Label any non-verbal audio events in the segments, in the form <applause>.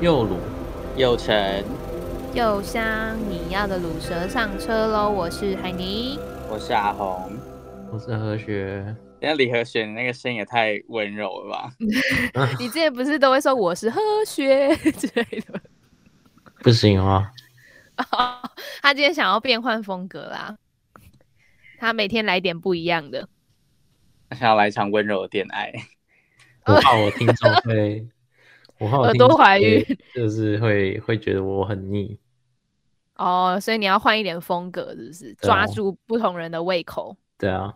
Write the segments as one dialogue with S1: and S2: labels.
S1: 右鲁，
S2: 右城，
S3: 又香，你要的卤蛇上车喽！我是海尼，
S2: 我是阿红。
S1: 我是何学。
S2: 等下李和雪，你那个声音也太温柔了吧？
S3: 你之前不是都会说我是喝血之类的吗？
S1: 不行
S3: 哦
S1: 啊，
S3: <laughs> 他今天想要变换风格啦，他每天来点不一样的。嗯
S2: 我想要来一场温柔的恋爱。
S1: 我怕我听众会，我怕我
S3: 耳
S1: 听众
S3: 朵怀
S1: 会
S3: 孕，
S1: 就是会会觉得我很腻。
S3: 哦，所以你要换一点风格，是不是？
S1: 对啊
S3: 抓住不同人的胃口。
S1: 对啊，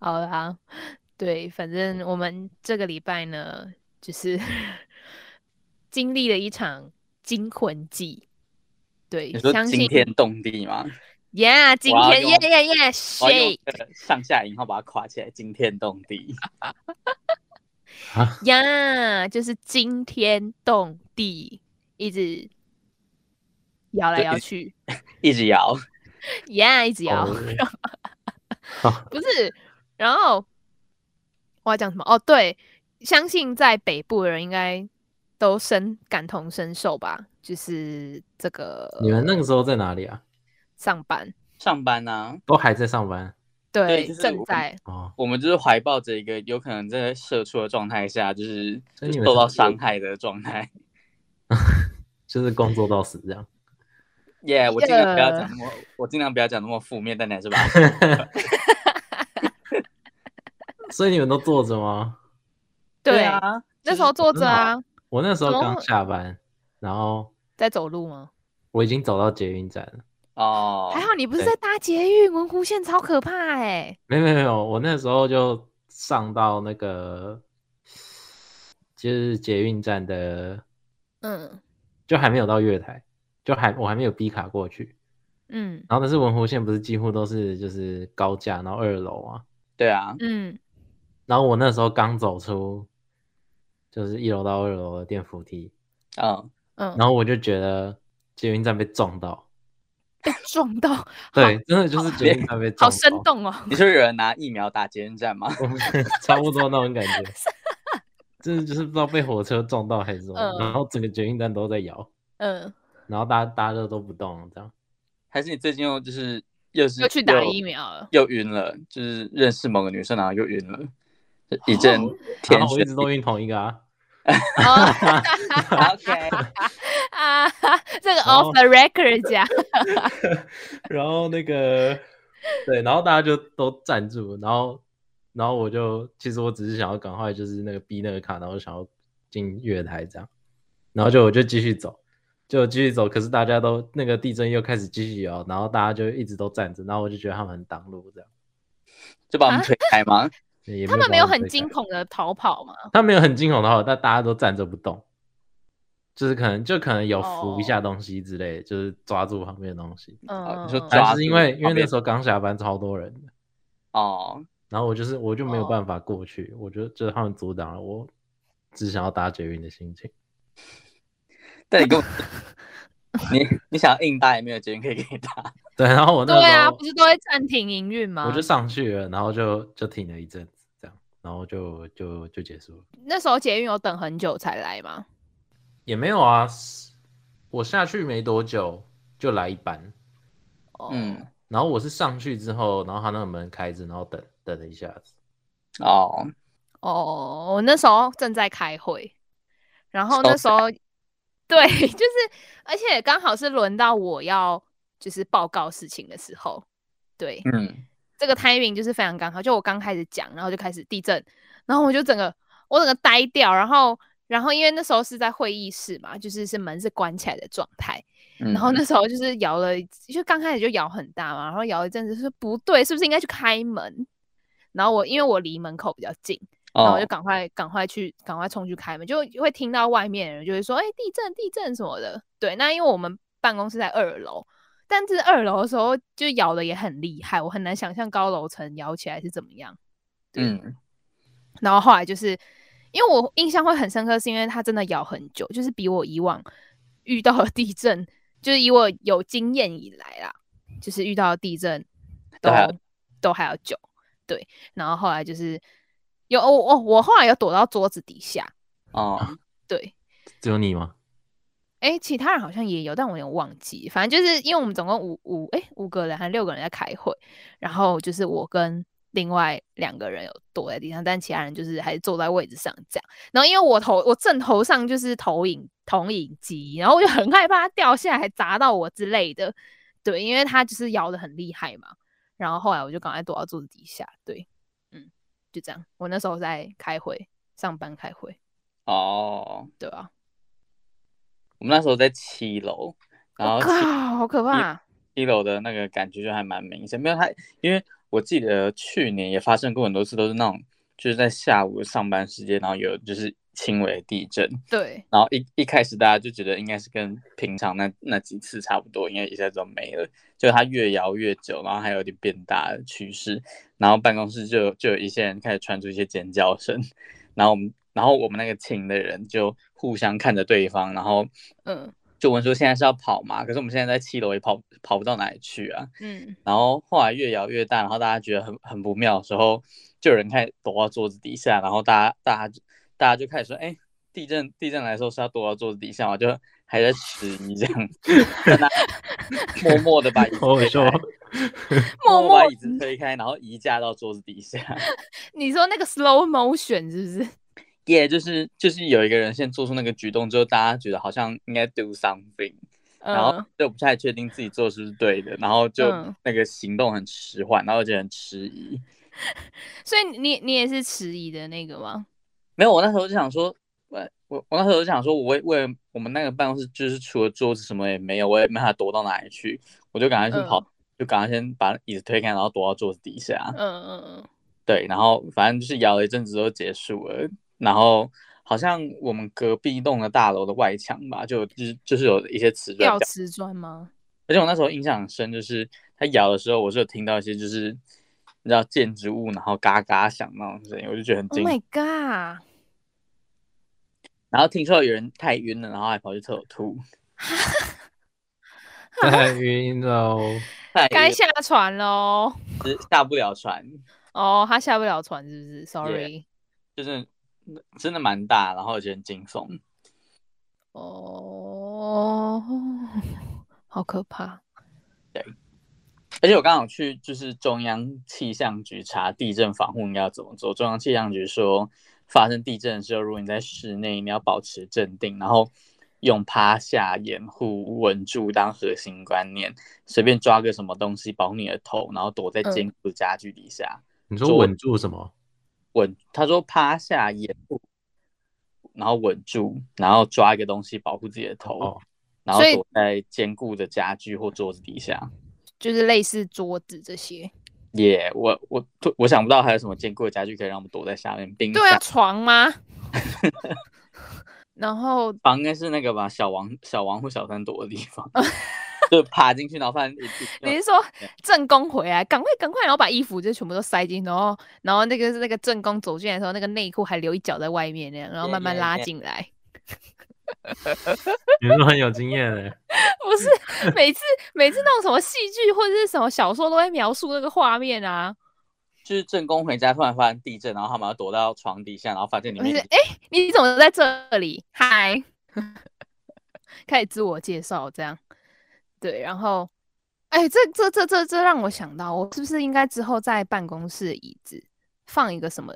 S3: 好啦，对，反正我们这个礼拜呢，就是 <laughs> 经历了一场惊魂记。对
S2: 你，说
S3: 相
S2: 惊
S3: 信
S2: 天动地吗？
S3: ，Yeah，今
S2: 要
S3: 天
S2: 用
S3: ，Yeah Yeah Yeah，
S2: 我要用
S3: shake
S2: 这个上下引号把它垮起来，惊天动地。
S1: 啊，
S3: 呀就是惊天动地，一直摇来
S2: 对
S3: 摇去
S2: 一直摇，
S3: 呀一直摇。
S1: 哦
S3: 不是，然后我要讲什么？哦，对，相信在北部的人应该都深感同身受吧，就是这个
S1: 你们那个时候在哪里啊？
S3: 上班，
S2: 上班啊，
S1: 都还在上班
S3: 对，
S2: 就是
S3: 正
S2: 我
S3: 在
S1: 哦。
S2: 我们就是怀抱着一个有可能在社畜的状态下，就是
S1: 所
S2: 就
S1: 以你
S2: 是
S1: 们
S2: 受到
S1: 是
S2: 伤害的状态。
S1: 就是工作到死这样，
S2: 耶、我尽量不要
S3: Yeah
S2: 讲那么，我尽量不要讲那么负面，但你还是
S3: <laughs>
S2: 吧。
S1: 所以你们都坐着吗？
S3: 对
S2: 啊，
S3: 那时候坐
S1: 真
S3: 着
S1: 的好
S3: 啊，
S1: 我那时候
S3: 怎么
S1: 刚
S3: 会
S1: 下班，然后
S3: 在走路吗？
S1: 我已经走到捷运站了。
S2: 哦
S3: 还，好你不是
S1: 对
S3: 在搭捷运，文湖线超可怕哎、
S1: 没有没有没有，我那时候就上到那个就是捷运站的，
S3: 嗯
S1: 就还没有到月台，就还我还没有逼卡过去。
S3: 嗯
S1: 然后但是文湖线不是几乎都是就是高架，然后二楼啊。
S2: 对啊，
S3: 嗯，
S1: 然后我那时候刚走出，就是一楼到二楼的电扶梯，
S2: 嗯，
S3: 嗯，
S1: 然后我就觉得捷运站被撞到，
S3: 被撞到，
S1: 对，真的就是捷运站被撞到，
S3: 好生动哦。
S2: 你说有人拿疫苗打捷运站吗？
S1: <laughs> 差不多那种感觉，真的就是不知道被火车撞到还是什么，
S3: 嗯
S1: 然后整个捷运站都在摇，
S3: 嗯，
S1: 然后大家大家都都不动，这样
S2: 还是你最近又就是又是
S3: 又去打疫苗了。
S2: 又晕了，就是认识某个女生然后又晕了，就一阵
S1: 哦
S2: 天
S1: 然后我一
S2: 旋
S1: 直都晕同一个啊，
S3: 哦 <laughs>
S2: OK，
S1: <laughs>
S3: 啊，这个
S1: 然后
S3: off the record 讲。
S1: 然后那个对，然后大家就都站住，然后然后我就其实我只是想要赶快就是那个逼那个卡，然后想要进月台这样，然后就我就继续走，就继续走，可是大家都那个地震又开始继续哦摇，然后大家就一直都站着，然后我就觉得他们很挡路这样。
S2: 就把我们推开
S3: <laughs>
S2: 吗？
S1: 也
S3: 他们没有
S1: 把推
S3: 很
S1: 开
S3: 惊，哦恐的逃跑嘛？
S1: 他没有很惊恐的话，但大家都站着不动，就是可能就可能有扶一下东西之类的就是抓住旁边的东西。
S2: 哦
S3: 哦嗯，
S2: 你说抓
S1: 但是因
S2: 住
S1: 为因为
S2: 旁边
S1: 那时候刚下班，超多人的，
S2: 哦，
S1: 然后我就是我就没有
S3: 哦
S1: 办法过去，我就就是他们阻挡了我，只想要搭捷运的心情。 <laughs>
S2: 但你
S3: <laughs>
S2: 跟我你你想要硬搭也没有捷运可以给你搭，
S1: 对，然后我那
S3: 对
S1: 时
S3: 啊，
S1: 候
S3: 不啊是都会暂停营运吗？
S1: 我就上去了，然后就就停了一阵子，这样，然后就就就结束了。
S3: 那时候捷运有等很久才来嘛。
S1: 也没有啊，我下去没多久就来一班，
S3: 哦，
S2: 嗯，
S1: 然后我是上去之后，然后他那个门开着，然后等等了一下子。
S2: 哦，
S3: 哦，我那时候正在开会，然后
S2: 超
S3: 那时候对， <laughs> 就是而且刚好是轮到我要就是报告事情的时候，对，
S2: 嗯，
S3: 这个 timing 就是非常刚好，就我刚开始讲，然后就开始地震，然后我就整个我整个呆掉，然后然后因为那时候是在会议室嘛，就是是门是关起来的状态，
S2: 然
S3: 然后那时候就是摇了一，就刚开始就摇很大嘛，然后摇一阵子说不对，是不是应该去开门？然后我因为我离门口比较近，然后我
S2: 哦
S3: 就赶快赶快去赶快冲去开门，就会听到外面的人就会说：“哎、地震地震什么的。”对，那因为我们办公室在二楼，但是二楼的时候就摇的也很厉害，我很难想象高楼层摇起来是怎么样。
S2: 嗯
S3: 然后后来就是因为我印象会很深刻，是因为它真的摇很久，就是比我以往遇到的地震，就是以我有经验以来啦，就是遇到的地震
S2: 都
S3: 都
S2: 还要
S3: 都还要久。对，然后后来就是有哦哦，我后来有躲到桌子底下，
S2: 哦，
S3: 对，
S1: 只有你 <laughs> 吗？
S3: 哎，其他人好像也有，但我有点忘记。反正就是因为我们总共五五哎五个人还是六个人在开会，然后就是我跟另外两个人有躲在地上，但其他人就是还是坐在位置上这样。然后因为我头我正头上就是投影投影机，然后我就很害怕它掉下来还砸到我之类的。对，因为它就是摇的很厉害嘛。然后后来我就赶快躲到桌子底下。对，嗯，就这样。我那时候在开会，上班开会，
S2: 哦，
S3: 对啊吧、
S2: 我们那时候在七楼，然后
S3: 我靠
S2: 七，
S3: 好可怕、啊
S2: 一楼的那个感觉就还蛮明显。没有他，因为我记得去年也发生过很多次，都是那种就是在下午上班时间，然后有就是轻微的地震，
S3: 对，
S2: 然后一一开始大家就觉得应该是跟平常那那几次差不多，应该一下子就没了。就它越摇越久，然后还有点变大的趋势，然后办公室就就有一些人开始传出一些尖叫声，然后我们然后我们那个请的人就互相看着对方，然后
S3: 嗯
S2: 就问说现在是要跑吗？可是我们现在在七楼也跑跑不到哪里去啊。
S3: 嗯，
S2: 然后后来越摇越大，然后大家觉得很很不妙的时候，就有人开始躲到桌子底下，然后大家大家大家就开始说，哎，地震地震来的时候是要躲到桌子底下嘛，就还在迟疑这样，但大家默默的把椅子
S1: 好好笑 <laughs>
S2: 推
S1: 哦
S2: 开，
S3: 默
S2: 默
S3: 默
S2: 把椅子推开，然后移架到桌子底下。
S3: 你说那个 slow motion 是不是？
S2: 耶、就是就是有一个人先做出那个举动之后，大家觉得好像应该 do something，<laughs>
S3: 嗯、
S2: 然后就不太确定自己做的是不是对的，然后就
S3: 嗯
S2: 那个行动很迟缓，然后而且很迟疑。
S3: 所以你你也是迟疑的那个吗？
S2: 没有，我那时候就想说，我我我那时候就想说，我为为了我们那个办公室就是除了桌子什么也没有，我也没办法躲到哪里去，我就赶快去跑，
S3: 嗯
S2: 就赶快先把椅子推开，然后躲到桌子底下
S3: 嗯。嗯嗯，
S2: 对，然后反正就是摇了一阵子都结束了，然后好像我们隔壁栋的大楼的外墙吧，就就是就是有一些瓷砖
S3: 掉
S2: 啊掉
S3: 瓷砖吗？
S2: 而且我那时候印象很深，就是它咬的时候，我是有听到一些就是你知道建筑物然后嘎嘎响那种声音，我就觉得很
S3: Oh
S2: 惊。
S3: my
S2: 哎
S3: god！
S2: 然后听说有人太晕了，然后还跑去厕所吐，
S1: 太晕了哦，
S2: 太
S3: 该
S2: 晕
S3: 下船喽。
S2: 了下不了船，
S3: 哦，他下不了船是不是？Sorry。
S2: 就是真的蛮大，然后而且很惊悚。
S3: 哦，好可怕。
S2: 而且我刚好去就是中央气象局查地震防护应该要怎么做。中央气象局说，发生地震的时候，如果你在室内，你要保持镇定，然后用趴下掩护稳住当核心观念，随便抓个什么东西保护你的头，然后躲在
S3: 嗯
S2: 坚固的家具底下
S1: 你说稳住什么？
S2: 稳。他说趴下掩护，然后稳住，然后抓一个东西保护自己的头，
S1: 哦
S2: 然后
S3: 所以
S2: 躲在坚固的家具或桌子底下。
S3: 就是类似桌子这些，
S2: 耶、我我突我想不到还有什么坚固的家具可以让我们躲在嗯下面。冰
S3: 对啊，
S2: 箱 <laughs>
S3: 床吗？然后
S2: 房应该是那个吧，小王小王或小三躲的地方，就爬进去，然后发现一
S3: 哦 <laughs> 你
S2: 一
S3: 是说正宫回来，赶快赶快，然后把衣服就全部都塞进，然后然后那个那个正宫走进来的时候，那个内裤还留一角在外面那样，然后
S2: Yeah,
S3: 慢慢
S2: yeah,
S3: 拉
S2: yeah.
S3: 进来。 <laughs>
S1: 你们都很有经验嘞。
S3: 不是每次每次那种什么戏剧或者是什么小说都会描述那个画面啊，
S2: 就是正宫回家突然发生地震，然后他们要躲到床底下，然后发现里
S3: 我就是
S2: 面
S3: 哎、你怎么在这里？嗨， <laughs> 开始自我介绍这样，对，然后哎、这这这这这让我想到，我是不是应该之后在办公室的椅子放一个什么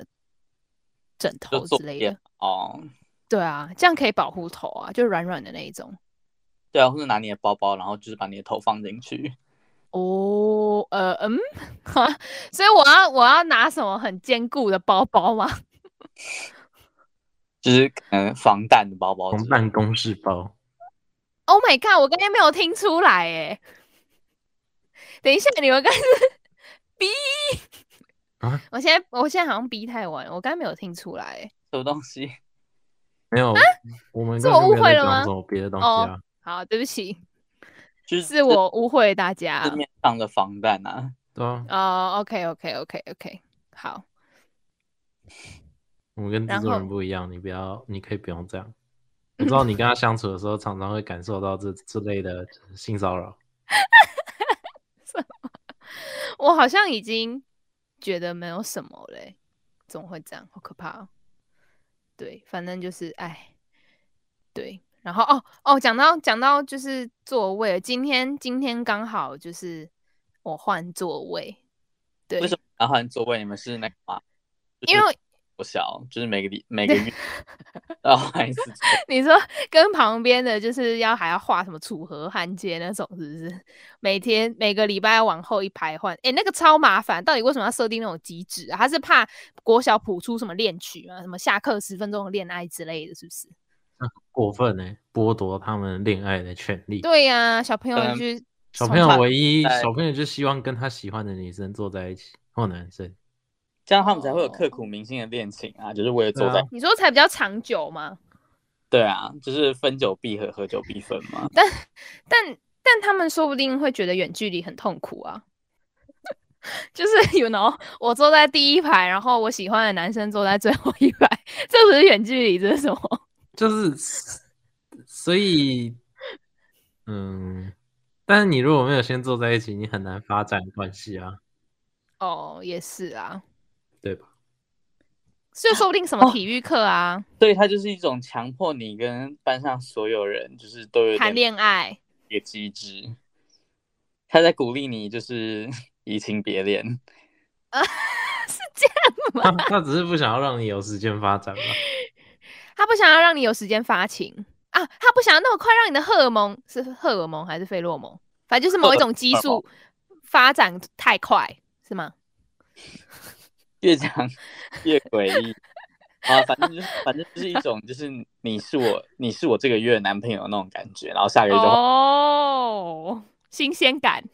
S3: 枕
S2: 就
S3: 头
S2: 坐
S3: 哎之类
S2: 垫
S3: 的？
S2: 哦，
S3: 对啊，这样可以保护头啊，就软软的那一种。
S2: 对啊，或者拿你的包包，然后就是把你的头放进去，
S3: 哦，呃，嗯，哈，所以我要我要拿什么很坚固的包包吗？
S2: 就是可能防弹的包包之
S1: 从
S2: 类的。
S1: 办公室包，
S3: Oh my god！我刚才没有听出来哎。等一下，你们刚才是 <laughs> 逼
S1: 啊？
S3: 我现在我现在好像逼太晚，我刚才没有听出来欸。
S2: 什么东西？
S1: 没有，我们
S3: 是
S1: 根
S3: 我
S1: 本没有
S3: 啊误会
S1: 在
S3: 了
S1: 讲
S3: 吗哦
S1: 什么别的东西啊。
S3: 好，对不起，
S2: 就是
S3: 我误会大家
S2: 就是。面上的防弹啊，
S1: 对啊，
S3: 哦，OK，OK，OK，OK、o k OK OK OK，好，
S1: 我们跟制
S3: 然
S1: 作人
S3: 后
S1: 不一样，你不要，你可以不用这
S3: <laughs>
S1: 样。我知道你跟他相处的时候，常常会感受到这这类的性骚扰。
S3: 我好像已经觉得没有什么嘞、怎么会这样？好可怕、哦。对，反正就是哎，对，然后哦哦，讲到讲到就是座位了，今天今天刚好就是我换座位，对
S2: 为，什么要换座位？你们是那个吗？就是
S3: 因为
S2: 我小，就是每个礼每个月 <laughs> 要换一次座位。
S3: <laughs> 你说跟旁边的就是要还要画什么楚河汉界那种，是不是？每天每个礼拜要往后一排换，诶，那个超麻烦。到底为什么要设定那种机制啊？他是怕国小谱出什么恋曲啊，什么下课十分钟的恋爱之类的，是不是？
S1: 过分呢、欸剥夺他们恋爱的权利。
S3: 对呀、小朋友
S2: 嗯
S3: 就是
S1: 呃小
S3: 从
S1: 朋友
S3: 小
S1: 唯一
S2: 在
S1: 小朋友就希望跟他喜欢的女生坐在一起，或男生。
S2: 这样他们才会有刻骨铭心的恋情啊！就是为了坐在
S3: 你说才比较长久嘛。
S2: 对啊，就是分久必合，合久必分嘛。
S3: 但但他们说不定会觉得远距离很痛苦啊。 <laughs> 就是 you know，我坐在第一排，然后我喜欢的男生坐在最后一排，这不是远距离，这是什么？
S1: 就是，所以，嗯，但是你如果没有先坐在一起，你很难发展关系
S3: <laughs>
S1: 啊，
S3: 哦，也是啊，
S1: 对吧？
S3: 所以说不定什么体育课啊，
S2: 所以它就是一种强迫你跟班上所有人，就是都有
S3: 谈
S2: 点
S3: 恋爱，
S2: 一个机制。他在鼓励你，就是移情别恋。
S3: 是这样。
S1: 他他只是不想要让你有时间发展嘛。
S3: 他不想要让你有时间发情啊，他不想要那么快让你的荷尔蒙是荷尔蒙还是费洛蒙，反正就是某一种激
S2: 荷尔
S3: 素发展太快，是吗？
S2: 越讲越诡异 <laughs> 啊！反正就是，反正就是一种，就是你是我，你是我这个月的男朋友那种感觉。然后下个月就换
S3: 哦，新鲜感。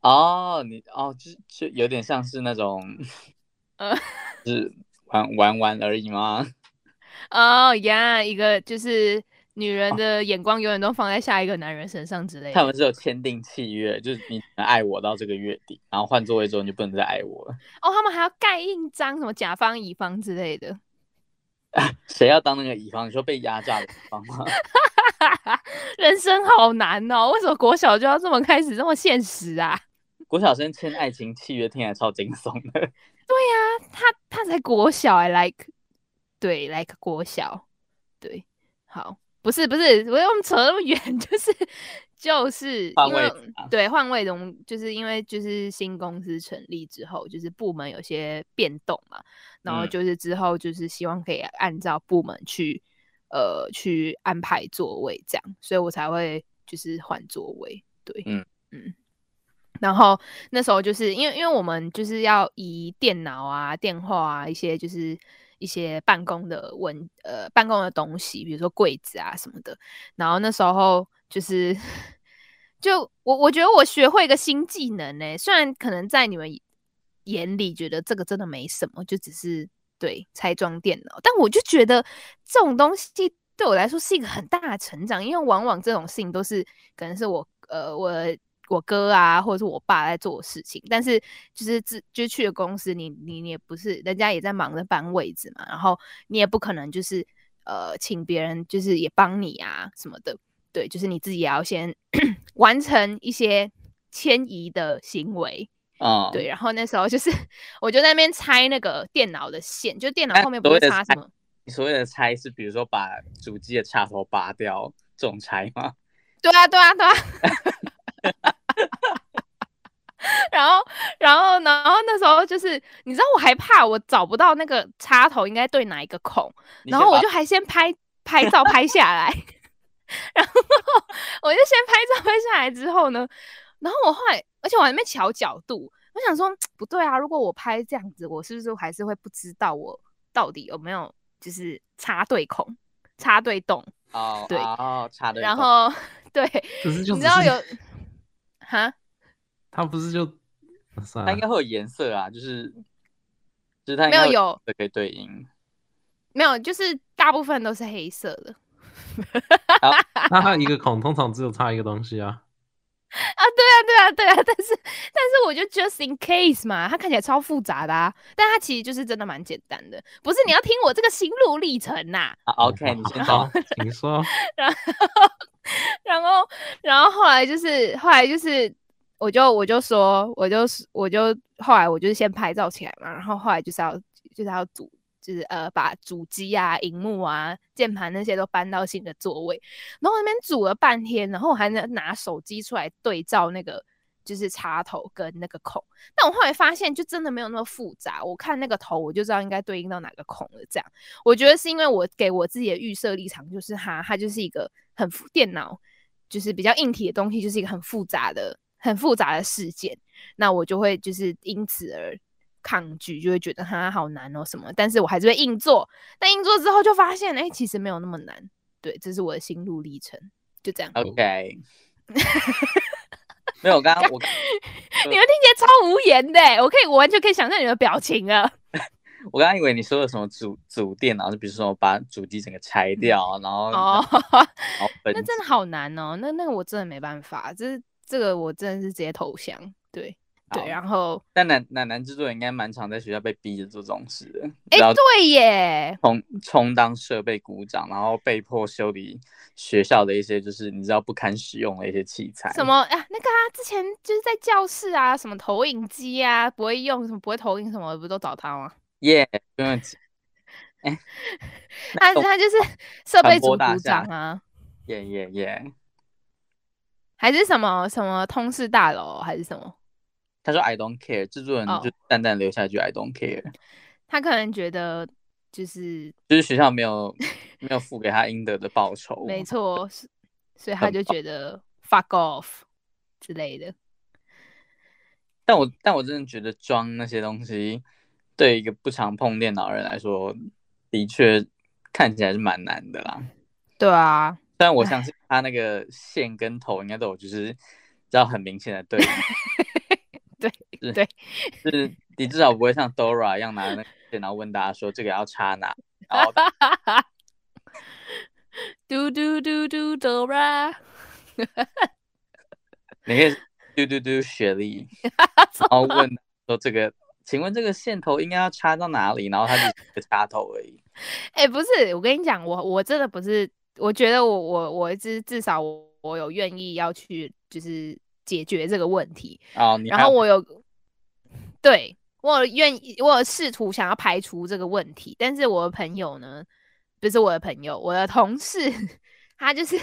S2: 哦，你哦，就是就有点像是那种， <laughs>
S3: 呃，
S2: 是玩玩玩而已吗？ <laughs>
S3: 哦呀，一个就是女人的眼光永远都放在下一个男人身上之类
S2: 啊他
S3: 的。
S2: 们是有签订契约，就是你只能爱我到这个月底，然后换座位之后你就不能再爱我了。
S3: 哦，他们还要盖印章，什么甲方乙方之类的。
S2: 谁要当那个乙方？你说被压榨的乙方吗？ <laughs>
S3: <laughs> 人生好难哦，为什么国小就要这么开始这么现实啊？ <laughs>
S2: 国小生签爱情契约听起来超惊悚的。
S3: 他他他才国小哎，like 对，like 国小，对，好，不是不是，我我们扯那么远， <laughs> 就是就是
S2: 换
S3: 因
S2: 位
S3: 为
S2: 置啊
S3: 对换位容，就是因为就是新公司成立之后，就是部门有些变动嘛，然后
S2: 嗯
S3: 就是之后就是希望可以按照部门去呃去安排座位这样，所以我才会就是换座位，对，
S2: 嗯
S3: 嗯。然后那时候就是因为因为我们就是要移电脑啊、电话啊一些就是一些办公的文呃办公的东西，比如说柜子啊什么的。然后那时候就是就我我觉得我学会一个新技能呢、虽然可能在你们眼里觉得这个真的没什么，就只是对拆装电脑，但我就觉得这种东西对我来说是一个很大的成长，因为往往这种事情都是可能是我呃我我哥啊，或者是我爸在做的事情，但是就是自就是去了公司，你你你也不是人家也在忙着搬位置嘛，然后你也不可能就是呃请别人就是也帮你啊什么的，对，就是你自己也要先 <clears throat> 完成一些迁移的行为，
S2: 嗯，
S3: 对，，然后那时候就是我就在那边拆那个电脑的线，就电脑
S2: 哎
S3: 后面不
S2: 所
S3: 是
S2: 谓的
S3: 插
S2: 拆
S3: 什么。
S2: 你所谓的拆是，比如说把主机的插头拔掉，这种拆吗？
S3: 对啊，对啊，对 <laughs> 啊。然后，然后，然后那时候就是，你知道，我还怕我找不到那个插头应该对哪一个孔，
S2: 你
S3: 然
S2: 先
S3: 后我
S2: 把
S3: 就还先拍拍照拍下来， <laughs> 然后我就先拍照拍下来之后呢，然后我后来，而且我还没瞧角度，我想说不对啊，如果我拍这样子，我是不是还是会不知道我到底有没有就是插对孔、插对洞，
S2: 哦
S3: 对
S2: 哦插的，
S3: 然后对，
S1: 可是就
S3: 你
S1: 只
S3: 知道
S1: 是
S3: 有 <laughs> 哈？
S1: 他不是就算
S2: 它
S1: 了
S2: 应该会有颜色啊，就是就是它应
S3: 没
S2: 该
S3: 有
S2: 会
S3: 有
S2: 色可以对应。
S3: 没有，就是大部分都是黑色的
S1: 那他一个孔通常只有差一个东西啊。
S3: 啊！对啊，对啊，对 <laughs> 啊！但是但是我就 just in case 嘛，它看起来超复杂的啊，但它其实就是真的蛮简单的。不是你要听我这个心路历程呐、 <laughs>
S2: 啊 OK，你先
S1: 好
S2: 找，，
S1: 请说。
S3: 然后，然后后来就是，后来就是，我就我就说，我就是我就后来我就是先拍照起来嘛，然后后来就是要就是要组就是呃把主机啊、荧幕啊、键盘那些都搬到新的座位，然后我那边煮了半天，然后我还拿拿手机出来对照那个就是插头跟那个孔，但我后来发现就真的没有那么复杂，我看那个头我就知道应该对应到哪个孔了。这样，我觉得是因为我给我自己的预设立场就是哈，它就是一个很复电脑就是比较硬体的东西，就是一个很复杂的、很复杂的事件，那我就会就是因此而。抗拒就会觉得它好难哦什么，但是我还是会硬做。但硬做之后就发现，哎、其实没有那么难。对，这是我的心路历程，就
S2: 呃
S3: 这样。
S2: OK，没有，我刚刚我
S3: 你们听起来超无言的欸，我可以，我完全可以想象你们的表情了。
S2: 我刚刚以为你说的什么组组电脑，就比如说把主机整个拆掉，然后
S3: 哦，
S2: 然后分
S3: 那真的好难哦，那那个我真的没办法，这这个我真的是直接投降。对对，
S2: 好
S3: 然后
S2: 但男男男制作人应该蛮常在学校被逼着做这种事的，
S3: 哎、
S2: 然后
S3: 对耶，
S2: 充充当设备鼓掌，然后被迫修理学校的一些就是你知道不堪使用的一些器材。
S3: 什？么啊？那个啊，之前就是在教室啊，什么投影机啊，不会用什么不会投影什么的，不都找他吗？
S2: 耶、因为
S3: 他
S2: 种
S3: 啊他就是 <laughs> 设
S2: 传
S3: 备组
S2: 播大
S3: 组
S2: 厦
S3: 长啊，
S2: 耶耶耶，
S3: 还是什么什么通事大楼，还是什么？
S2: 他说 I don't care，制作人
S3: 哦
S2: 就淡淡留下一句 I don't care，、
S3: 他可能觉得就是
S2: 就是学校没有没有付给他应得的报酬。
S3: 没错，是所以他就觉得 fuck off 之类的。
S2: 但我但我真的觉得装那些东西，对一个不常碰电脑的人来说，的确看起来是蛮难的啦。
S3: 对啊，。
S2: 虽然我相信他那个线跟头应该都有，就是知道很明显的对应
S3: <laughs> 对
S2: 是
S3: 对，
S2: 就是你至少不会像 Dora 一样拿那个线，然后问大家说这个要插哪，然后
S3: 嘟嘟嘟嘟哆啦，
S2: 你可以嘟嘟嘟雪
S3: <laughs>
S2: 莉，
S3: 什
S2: 然后问说这个，请问这个线头应该要插到哪里？然后它只是一个插头而已。
S3: 哎、不是，我跟你讲，我我真的不是，我觉得我我我至至少我我有愿意要去就是解决这个问题，
S2: 哦，你
S3: 然
S2: 还
S3: 后
S2: 有
S3: 我有，对我有愿意，我有试图想要排除这个问题，但是我的朋友呢，不是我的朋友，我的同事， <laughs> 他就是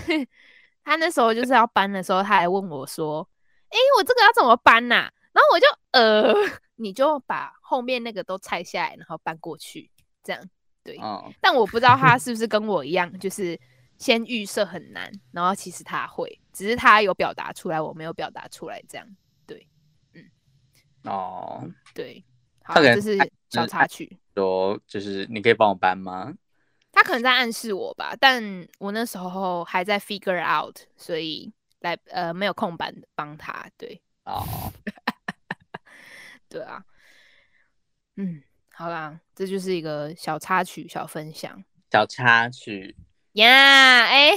S3: 他那时候就是要搬的时候，他还问我说：“诶，我这个要怎么搬呐、然后我就呃， <laughs> 你就把后面那个都拆下来，然后搬过去，这样对。
S2: 嗯，
S3: 但我不知道他是不是跟我一样，就是先预设很难，然后其实他会，只是他有表达出来，我没有表达出来，这样
S2: 哦，
S3: 对。好
S2: 他嗯
S3: 啦，
S2: 可能
S3: 这是
S2: 暗
S3: 小
S2: 示
S3: 插
S2: 暗
S3: 曲。
S2: 说就是你可以帮我搬吗？
S3: 他可能在暗示我吧，但我那时候还在 figure out，所以来呃没有空帮帮他。对
S2: 哦，
S3: 对啊，嗯，好啦，这就是一个小插曲、小分享
S2: 小插曲，
S3: 呀。哎、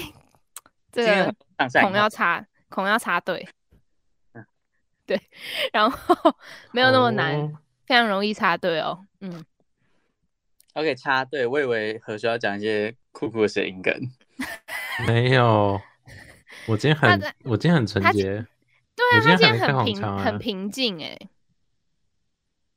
S2: 今
S3: 这
S2: 天
S3: 个
S2: 很多上下
S3: 孔
S2: 引号
S3: 要插，孔要插队， <laughs> 对，然后 <laughs> <laughs> 没有那么难，
S1: 哦
S3: 非常容易插队哦。嗯，
S2: OK，插队，我以为何需要讲一些酷酷的谐音梗。
S1: 没有，我今天很
S3: 他在，
S1: 我今天很纯
S3: 他
S1: 洁。
S3: 对
S1: 我
S3: 啊，
S1: 今
S3: 他今
S1: 天
S3: 天
S1: 还没
S3: 很
S1: 看
S3: 平、
S1: 好长
S3: 很
S1: 啊
S3: 平静哎、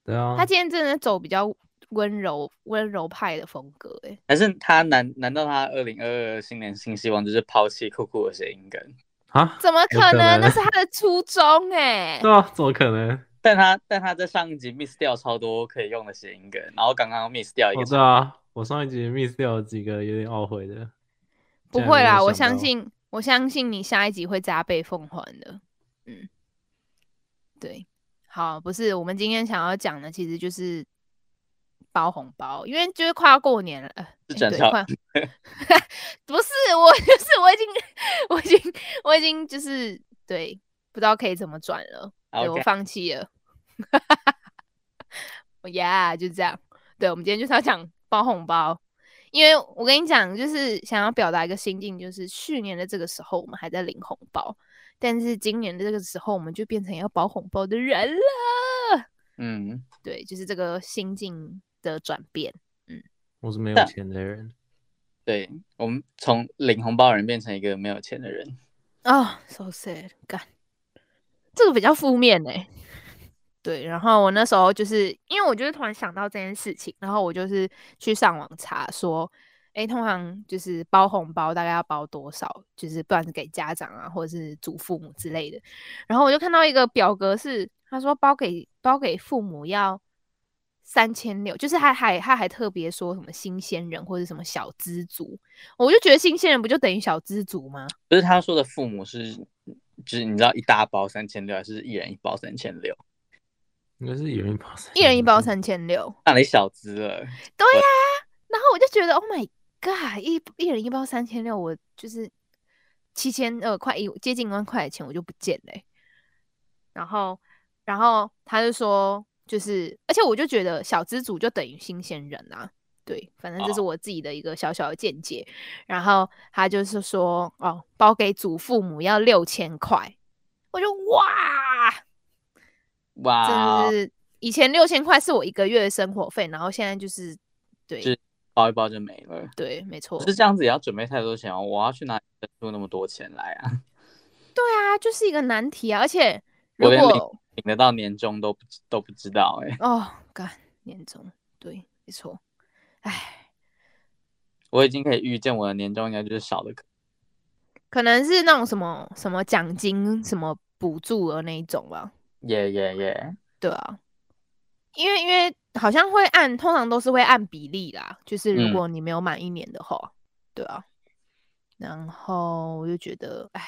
S1: 对啊，
S3: 他今天真的走比较温柔温柔派的风格哎、
S2: 但是他难难道他二零二二新年新希望就是抛弃酷酷的谐音梗？
S1: 啊，
S3: 怎么
S1: 有
S3: 可
S1: 可
S3: 能？那
S1: 能
S3: 是他的初衷哎、
S1: 对啊，怎么可
S3: <laughs>
S1: 能？
S2: 但他但他在上一集 miss 掉超多可以用的谐音梗，然后刚刚 miss 掉一
S1: 我
S2: 个
S1: 知道啊，我上一集 miss 掉了几个有点懊悔的。
S3: 不
S1: 竟然
S3: 会
S1: 没有
S3: 啦，我
S1: 想
S3: 相
S1: 到
S3: 信，我相信你下一集会加倍奉还的。嗯，对，好，不是我们今天想要讲的，其实就是包红包，因为就是快要过年了，呃，
S2: 是
S3: 诶
S2: 转
S3: 对
S2: 校
S1: <laughs>
S3: 快 <laughs> 不是我， <laughs> 就是我已经，我已经，我已经就是对，不知道可以怎么转了。对我
S2: OK
S3: 放弃了。我 yeah，就这样。对，我们今天就是要讲包红包，因为我跟你讲，就是想要表达一个心境，就是去年的这个时候我们还在领红包，但是今年的这个时候我们就变成要包红包的人了。
S2: 嗯，
S3: 对，就是这个心境的转变。
S1: 我是没有
S2: 但
S1: 钱的人，
S2: 对，我们从领红包的人变成一个没有钱的人，
S3: 哦、s o sad，干，这个比较负面哎、对，然后我那时候就是因为我就是突然想到这件事情，然后我就是去上网查说，诶，通常就是包红包大概要包多少，就是不管是给家长啊，或者是祖父母之类的。然后我就看到一个表格是，他说包给包给父母要三千六，就是他还他还特别说什么新鲜人或者什么小资族，我就觉得新鲜人不就等于小资族吗？
S2: 就是他说的父母是，就是你知道一大包三千六，还是一人一包三千六？
S1: 应该是一人一包三，
S3: 一人一包三千六，
S2: 那你小资了，
S3: 对呀、然后我就觉得，Oh my god，一一人一包三千六，我就是七千二块，一接近一万块的钱我就不见了欸、然后，然后他就说，就是，而且我就觉得小资主就等于新鲜人啊。对，反正这是
S2: 哦
S3: 我自己的一个小小的见解。然后他就是说，哦，包给祖父母要六千块，我就哇，
S2: 哇
S3: 真的，是以前六千块是我一个月的生活费，然后现在就是，对
S2: 是包一包就没了。
S3: 对，没错
S2: 可，是这样子也要准备太多钱哦，我要去哪里生出那么多钱来啊？
S3: 对啊，就是一个难题啊。而且如
S2: 我连领
S3: 果
S2: 领得到年终都不知都不知道哎、
S3: 哦，干年终，对，没错，唉，
S2: 我已经可以预见我的年终应该就是少的可。
S3: 可能是那种什么什么奖金、什么补助额那一种吧。
S2: 耶耶耶！
S3: 对啊，因为因为好像会按，通常都是会按比例啦，就是如
S2: 嗯
S3: 果你没有满一年的话，对啊。然后我就觉得，唉，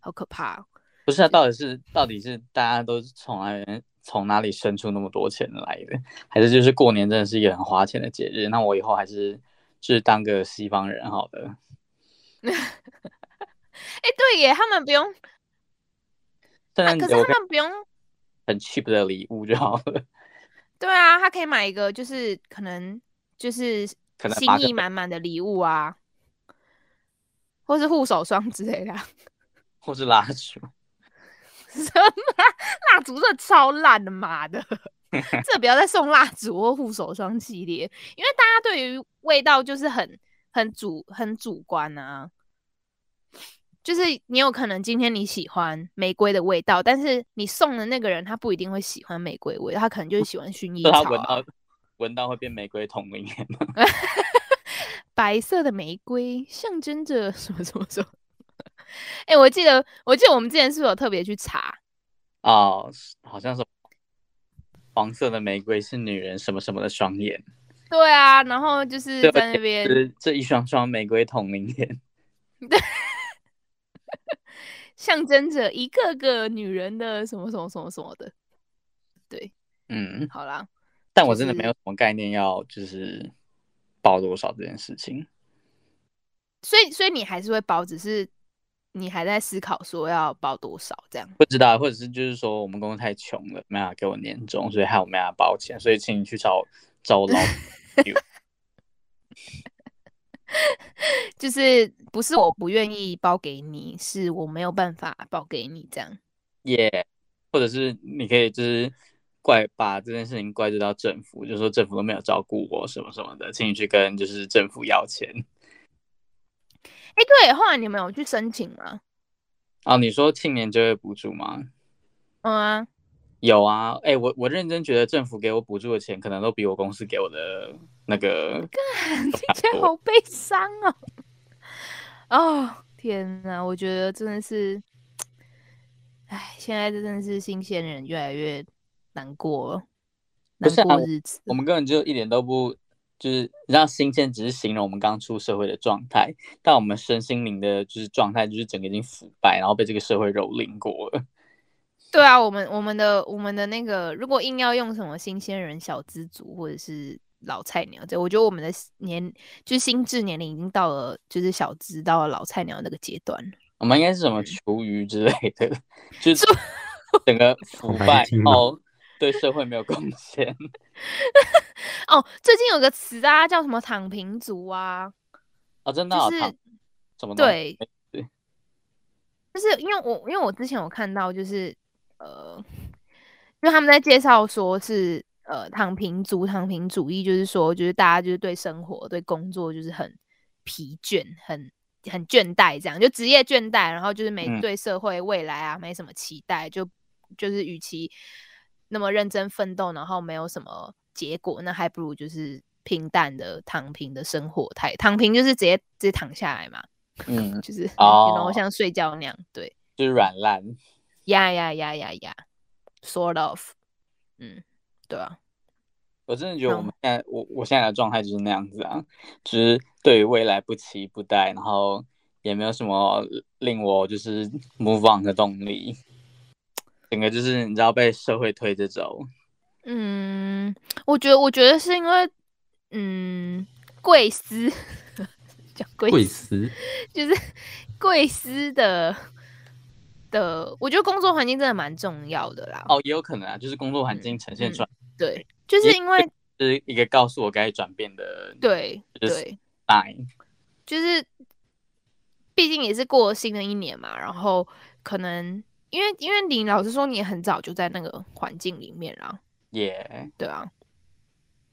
S3: 好可怕哦、
S2: 不是、啊，到底是到底是大家都是从来从哪里生出那么多钱来的？还是就是过年真的是一个很花钱的节日？那我以后还是就是当个西方人好了。
S3: 哎、对耶，他们不用，
S2: 圣
S3: 啊
S2: 诞
S3: 可
S2: 节
S3: 是
S2: 我可
S3: 他
S2: 以
S3: 们不用
S2: 很 cheap 的礼物就好了，
S3: 对啊，他可以买一个，就是可能就是
S2: 可能
S3: 心
S2: 八个
S3: 意满满的礼物啊，或是护手霜之类的啊。
S2: 或是蜡烛。
S3: 什么蜡烛这超烂的，妈的！这不要再送蜡烛或护手霜系列，因为大家对于味道就是很很主很主观啊。就是你有可能今天你喜欢玫瑰的味道，但是你送的那个人他不一定会喜欢玫瑰味，他可能就是喜欢薰衣
S2: 就
S3: 草、
S2: 他
S3: 啊。
S2: 闻到闻到会变玫瑰同龄人吗？
S3: 白色的玫瑰象征着什么什么什么。 <laughs> 哎、我记得，我记得我们之前是不是有特别去查？
S2: 哦，是好像是黄色的玫瑰是女人什么什么的双眼，
S3: 对啊，然后就是
S2: 对
S3: 在那边，
S2: 就是这一双双玫瑰同龄人。
S3: 象征着一个个女人的什么什么什么什么的。
S2: 嗯，
S3: 好啦，
S2: 但
S3: 就
S2: 我真的没
S3: 是
S2: 有什么概念要就是报多少这件事情。
S3: 所以所以你还是会包，只是你还在思考说要包多少这样。
S2: 不知道，或者是就是说我们公司太穷了，没办法给我年终，所以害我没办法包钱，所以请你去找找我老板
S3: 就是不是我不愿意包给你，是我没有办法包给你这样。
S2: 耶或者是你可以就是怪把这件事情怪罪到政府，就说政府都没有照顾我什么什么的，请你去跟就是政府要钱。
S3: 哎、对，后来你们有去申请吗？
S2: 哦，你说青年就业补助吗？
S3: 嗯啊， <laughs>
S2: 有啊，哎、我我认真觉得政府给我补助的钱，可能都比我公司给我的那个，
S3: 听起来好悲伤哦。哦，天哪，我觉得真的是，哎，现在这真的是新鲜人越来越难过了，
S2: 不
S3: 难
S2: 是啊
S3: 过日子。
S2: 我们根本就一点都不，就是你知道新鲜只是形容我们刚出社会的状态，但我们身心灵的就是状态就是整个已经腐败，然后被这个社会蹂躏过了。
S3: 对啊，我们我们的我们的那个，如果硬要用什么新鲜人、小资族或者是老菜鸟，这我觉得我们的年就是心智年龄已经到了，就是小资到了老菜鸟那个阶段了。
S2: 我们应该是什么厨余之类的，就是
S3: 厨
S2: 整个腐
S1: 好
S2: 败
S1: 难听，
S2: 然后对社会没有贡献。
S3: 哦，最近有个词啊，叫什么“躺平族”啊，
S2: 哦，真的、
S3: 就
S2: 哦，
S3: 是
S2: 躺什么东西？
S3: 对，就是因为我因为我之前有看到，就是呃，因为他们在介绍说是呃躺平族、躺平主义，就是说就是大家就是对生活、对工作就是很疲倦、很很倦怠，这样就职业倦怠，然后就是没
S2: 嗯
S3: 对社会未来啊没什么期待，就就是与其那么认真奋斗，然后没有什么结果，那还不如就是平淡的躺平的生活态。躺平就是直接直接躺下来嘛，
S2: 嗯，
S3: 就是然
S2: 哦
S3: 后像睡觉那样。对，
S2: 就是软烂。
S3: 呀呀呀呀呀，sort of，嗯，对啊，
S2: 我真的觉得我
S3: 嗯
S2: 们现在，我我现在的状态就是那样子啊，就是对于未来不期不待，然后也没有什么令我就是 move on 的动力，整个就是你知道被社会推着走，
S3: 嗯，我觉得我觉得是因为，嗯，贵司 <laughs> 讲贵
S1: 贵
S3: 司
S1: 司
S3: 就是 <laughs> 贵司的的，我觉得工作环境真的蛮重要的啦。
S2: 哦，也有可能啊，就是工作环境呈现出来，
S3: 对，嗯就是因为
S2: 就是一个告诉我该转变的
S3: 对
S2: 就是
S3: 对，
S2: sign，
S3: 就是毕竟也是过了新的一年嘛，然后可能因为因为你老实说，你也很早就在那个环境里面啦，
S2: 也
S3: 对啊，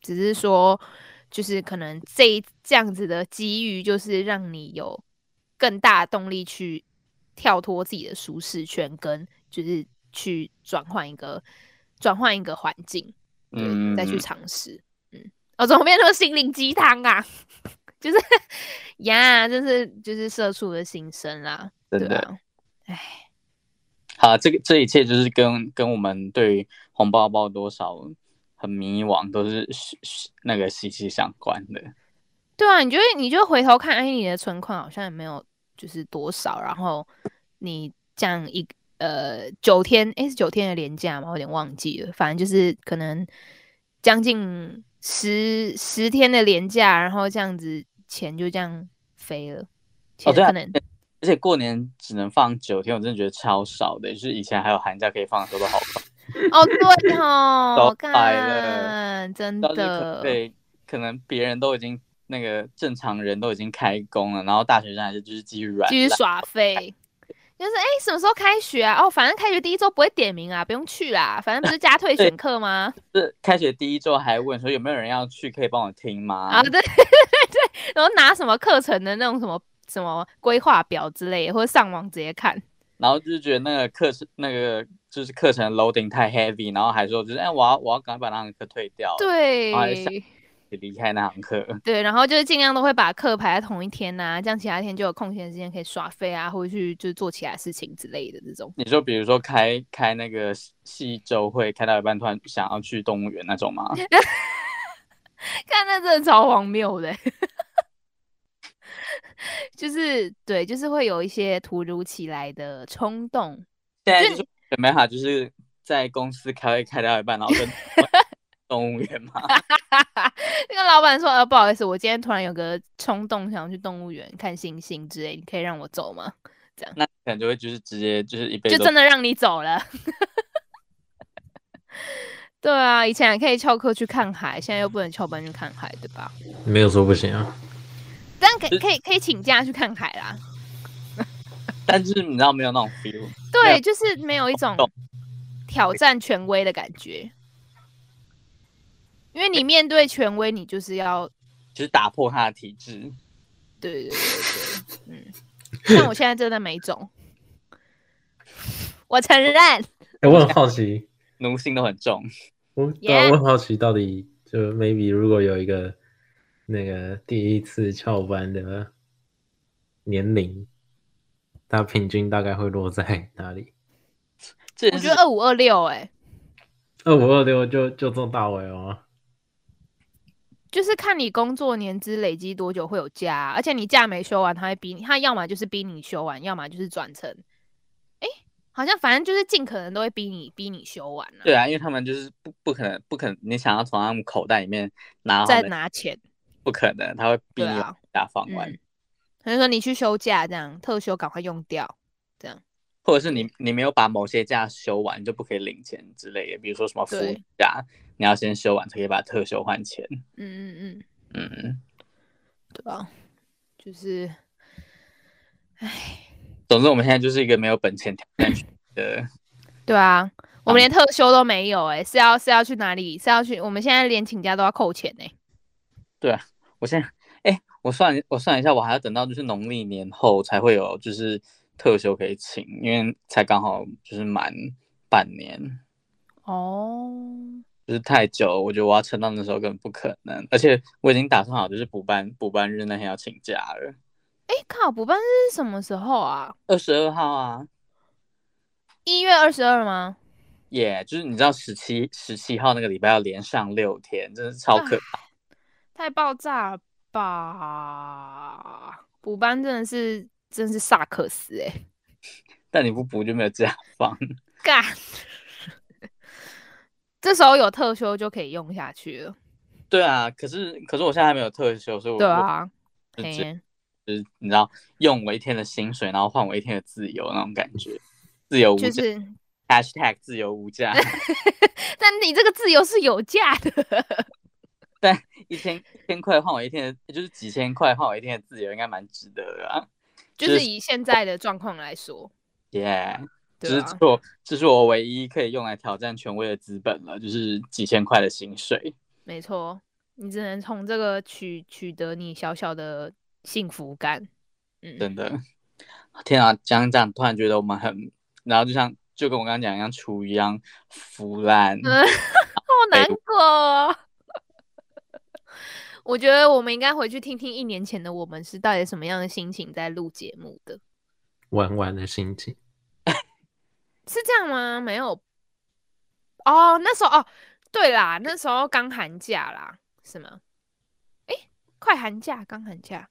S3: 只是说就是可能这一这样子的机遇，就是让你有更大的动力去跳脱自己的舒适圈，跟就是去转换一个转换一个环境，对，
S2: 嗯，
S3: 再去尝试。嗯，哦，怎么变成心灵鸡汤啊？ <laughs> 就是呀，这是就是社畜的心声啦，对
S2: 真的。
S3: 啊，哎，
S2: 好，这个这一切就是跟跟我们对于红包包多少很迷惘，都是息息那个息息相关的。
S3: 对啊，你就会你就回头看，哎，你的存款好像也没有就是多少，然后你这样一呃九天，哎是九天的年假吗？我有点忘记了，反正就是可能将近十十天的年假，然后这样子钱就这样飞了，钱
S2: 对啊
S3: 可能、
S2: 而且过年只能放九天，我真的觉得超少的。就是以前还有寒假可以放的时候都好放，
S3: 哦，对哦，
S2: 都摆了
S3: 干，真
S2: 但是可
S3: 的，
S2: 对，可能别人都已经那个正常人都已经开工了，然后大学生还是就是继续软
S3: 继续
S2: 烂
S3: 耍废。就是哎、什么时候开学啊？哦，反正开学第一周不会点名啊，不用去啦。反正不是加退选课吗？
S2: 就是开学第一周还问说有没有人要去，可以帮我听吗？
S3: 啊，对对，然后拿什么课程的那种什么什么规划表之类的，或者上网直接看。
S2: 然后就是觉得那个课程那个就是课程 loading 太 heavy，然后还说就是哎、我要我要赶快把那堂课退掉，，
S3: 对、
S2: 还想离开那堂课。
S3: 对，然后就是尽量都会把课排在同一天呐、这样其他天就有空闲时间可以耍废啊，或者去就是做其他事情之类的这种。
S2: 你说比如说开开那个戏戏周会，开到一半突然想要去动物园那
S3: <laughs>
S2: 种吗？
S3: 看那真的超荒谬的，就是对，就是会有一些突如其来的冲动，
S2: 现在就是准备好，就是在公司开会开到一半，然
S3: <laughs>
S2: 后跟动物园嘛，
S3: 那个老板说：“呃，不好意思，我今天突然有个冲动，想要去动物园看星星之类，你可以让我走吗？”
S2: 那可能就会就是直接就是一辈
S3: 就
S2: 子
S3: 真的让你走了。对啊，以前还可以翘课去看海，现在又不能翘班去看海，对吧？
S1: 没有说不行啊，
S3: 但可可以可以请假去看海啦。
S2: 但是你知道没有那种 feel，没
S3: 对，
S2: 有
S3: 就是没有一种
S2: 懂
S3: 挑战权威的感觉，因为你面对权威，你就是要
S2: 就是打破他的体制。
S3: 对对对对，嗯。但我现在真的没种， <laughs> 我承认，
S1: 哎、我很好奇，
S2: 奴性都很重，
S1: 我对啊
S3: Yeah
S1: 我很好奇，到底就 maybe 如果有一个那个第一次翘班的年龄，它平均大概会落在哪里？
S2: 这
S3: 我
S2: 也
S3: 觉
S2: 是
S3: 得二五二六，哎，
S1: 二五二六哦就就中大尾哦。
S3: 就是看你工作年资累积多久会有假啊、而且你假没休完，他会逼你，他要么就是逼你休完，要么就是转成，哎、好像反正就是尽可能都会逼你逼你休完了、
S2: 对啊，因为他们就是不不可能不可能，你想要从他们口袋里面拿
S3: 再
S2: 好的
S3: 拿钱，
S2: 不可能，他会逼
S3: 对
S2: 你
S3: 啊
S2: 打放完，
S3: 嗯，他就说你去休假这样，特休赶快用掉，
S2: 或者是你你没有把某些假休完，你就不可以领钱之类的，比如说什么副
S3: 对
S2: 假，你要先休完才可以把特休换钱。
S3: 嗯嗯嗯，
S2: 嗯，
S3: 对吧？就是，哎，
S2: 总之我们现在就是一个没有本钱挑战权的。
S3: 对啊，我
S2: 嗯
S3: 们连特休都没有、哎，是要是要去哪里？是要去？我们现在连请假都要扣钱呢、
S2: 我现在，哎、我算我算一下，我还要等到就是农历年后才会有就是特休可以请，因为才刚好就是满半年。
S3: 哦，
S2: 就是太久，我觉得我要撑到那时候根本不可能，而且我已经打算好，就是补班补班日那天要请假了，
S3: 哎，靠，补班日是什么时候啊？
S2: 二十二号啊，
S3: 一月二十二吗？
S2: 耶、就是你知道十七十七号那个礼拜要连上六天，真是超可怕。
S3: 太爆炸了吧！补班真的是真是萨克斯哎、欸， <laughs>
S2: 但你不补就没有假放， <laughs>
S3: 干！这时候有特休就可以用下去了。
S2: 对啊，可是可是我现在还没有特休，所以我
S3: 对，啊，
S2: 我就
S3: 嘿
S2: 只就是你知道用我一天的薪水，然后换我一天的自由那种感觉，自由无价、
S3: 就是
S2: #hashtag 自由无
S3: <laughs>
S2: 价，
S3: 但你这个自由是有价的， <laughs>
S2: 一千一千块换我一天的，就是几千块换我一天的自由，应该蛮值得的啊。
S3: 就
S2: 就是
S3: 是以现在的状况来说，
S2: 耶、这
S3: 对
S2: 是
S3: 啊，
S2: 我这是我唯一可以用来挑战权威的资本了，就是几千块的薪水。
S3: 没错，你只能从这个取取得你小小的幸福感。嗯，
S2: 真的。天啊，讲一讲，突然觉得我们很，然后就像就跟我刚刚讲一样，厨一样腐烂。 <laughs>
S3: 嗯好
S2: 哎
S3: 难过哦。 <laughs> 我觉得我们应该回去听听一年前的我们是带着什么样的心情在录节目的，
S1: 玩玩的心情。
S3: 是这样吗？没有。哦，那时候哦，对啦，那时候刚寒假啦，是吗？诶，快寒假，刚寒假，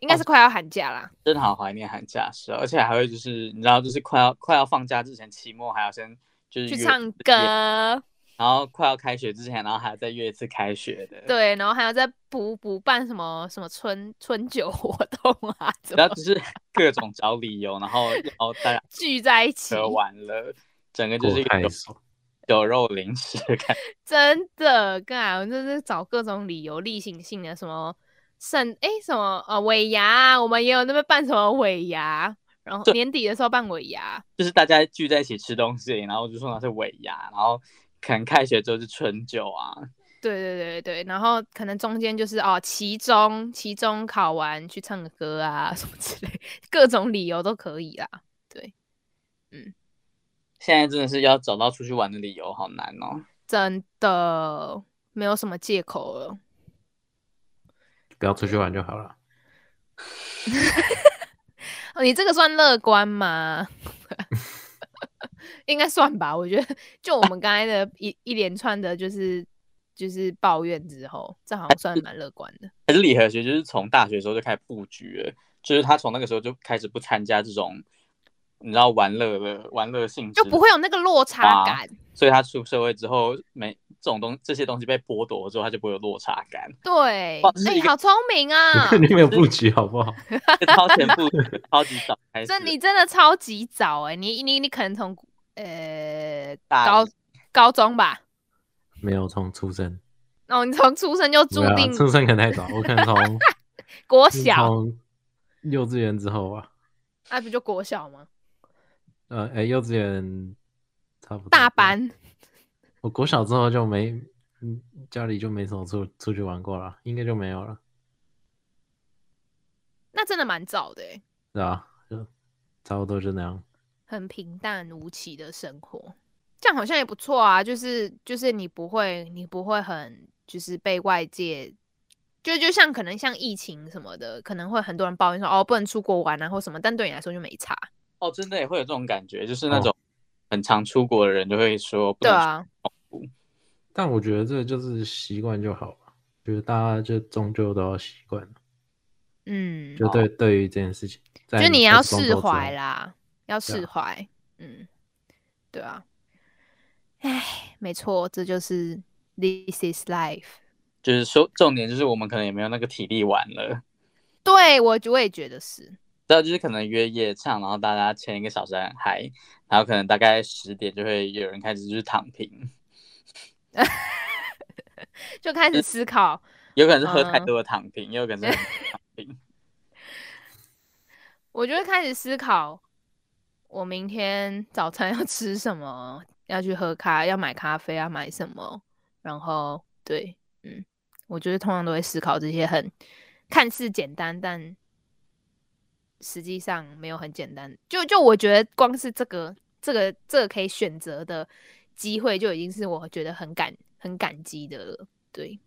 S3: 应该
S2: 哦
S3: 是快要寒假啦。
S2: 真的好怀念寒假是，而且还会就是你知道，就是快要快要放假之前，期末还要先就是
S3: 去
S2: 约
S3: 唱
S2: 一次夜，
S3: 歌， <laughs>
S2: 然后快要开学之前，然后还要再约一次开学的。，
S3: 对，然后还要再补补办什么什么春春酒活动啊，怎
S2: 然
S3: 么
S2: 后就是各种找理由，然后然后
S3: <laughs>
S2: 大家
S3: 聚在一起？
S2: 喝完了，整个就
S1: 过
S2: 是一个
S1: 太
S2: 酒
S1: 爽
S2: 酒肉零食的感觉。
S3: 真的，干，我就是找各种理由，例行性的什么圣哎、什么呃尾牙啊，我们也有那边办什么尾牙，然后年底的时候办尾牙，
S2: 就是大家聚在一起吃东西，然后就说那是尾牙，然后可能开学之后是春酒啊，
S3: 对对对对，然后可能中间就是哦期中期中考完去唱个歌啊 <laughs> 什么之类，各种理由都可以啦。
S2: 现在真的是要找到出去玩的理由，好难哦。
S3: 真的没有什么借口了。
S1: 不要出去玩就好了。！
S3: 哦，你这个算乐观吗？ <laughs> 应该算吧，我觉得就我们刚才的一一连串的，就是就是抱怨之后，这好像算蛮乐观的。
S2: 可是李和学就是从大学的时候就开始布局了，就是他从那个时候就开始不参加这种，你知道玩乐的玩乐性质
S3: 就，不会有那个落差
S2: 哇
S3: 感。
S2: 所以他出社会之后，没这种东这些东西被剥夺之后，他就不会有落差感，
S3: 对，
S2: 哇这是
S3: 哎、
S2: 一个
S3: 好聪明啊
S2: <laughs>
S1: <laughs> 你没有布局好不好？
S2: 就超前部署超级早开始。
S3: 这你真的超级早哎、你你你可能从呃
S2: 大
S3: 高
S2: 一
S3: 高中吧，
S1: 没有从出生，
S3: 哦，你从出生就注
S1: 没有啊
S3: 定
S1: 出生可能太早，我可能从
S3: <laughs> 国小，
S1: 从幼稚园之后吧。
S3: 那、不就国小吗？
S1: 呃，哎、幼稚园差不多。
S3: 大
S2: 嗯
S3: 班
S1: 我国小之后就没，嗯，家里就没什么出出去玩过了，应该就没有了，
S3: 那真的蛮早的、欸，
S1: 对吧？就差不多就那样。
S3: 很平淡无奇的生活，这样好像也不错啊。就是就是你不会你不会很就是被外界，就就像可能像疫情什么的，可能会很多人抱怨说哦不能出国玩啊或什么，但对你来说就没差。
S2: 哦，真的也会有这种感觉，就是那种很常出国的人就会说，
S3: 对，啊，
S1: 但我觉得这就是习惯就好了，就是大家就终究都要习惯了，
S3: 嗯，
S1: 就对对于这件事情，在
S3: 就你
S1: 在
S3: 要
S1: 松
S3: 释
S1: 口之后
S3: 怀。啦，要
S1: 对啊
S3: 释怀，嗯，对啊，唉，没错，这就是 this is life。
S2: 就是说重点就是我们可能也没有那个体力玩了。
S3: 对我我也觉得是，
S2: 然后啊就是可能约夜唱，然后大家前一个小时很嗨，然后可能大概十点就会有人开始就是躺平，
S3: 就开始思考，
S2: 有可能是喝太
S3: 嗯
S2: 多的躺平，也有可能是很躺平。
S3: 我就会开始思考，我明天早餐要 <laughs> 吃什么，要去喝咖，要买咖啡，要买什么，然后对，嗯，我就是通常都会思考这些很看似简单，但实际上没有很简单。就就我觉得光是这个这个这个可以选择的机会，就已经是我觉得很感很感激的了。对，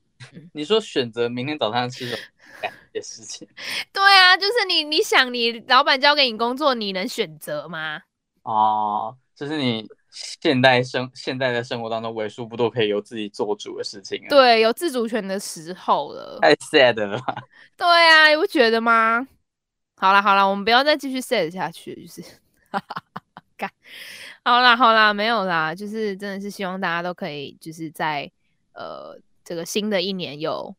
S2: 你说选择明天早上吃什么感觉的事情
S3: 对啊，就是你你想你老板交给你工作，你能选择吗？
S2: 哦，这是你现代生现代的生活当中为数不多可以由自己做主的事情了。，
S3: 对，有自主权的时候了。
S2: 太 sad 了吧。
S3: 对啊，你不觉得吗？好啦好啦，我们不要再继续 sad 下去，就是 <laughs> 干。好啦好啦，没有啦，就是真的是希望大家都可以就是在呃这个新的一年有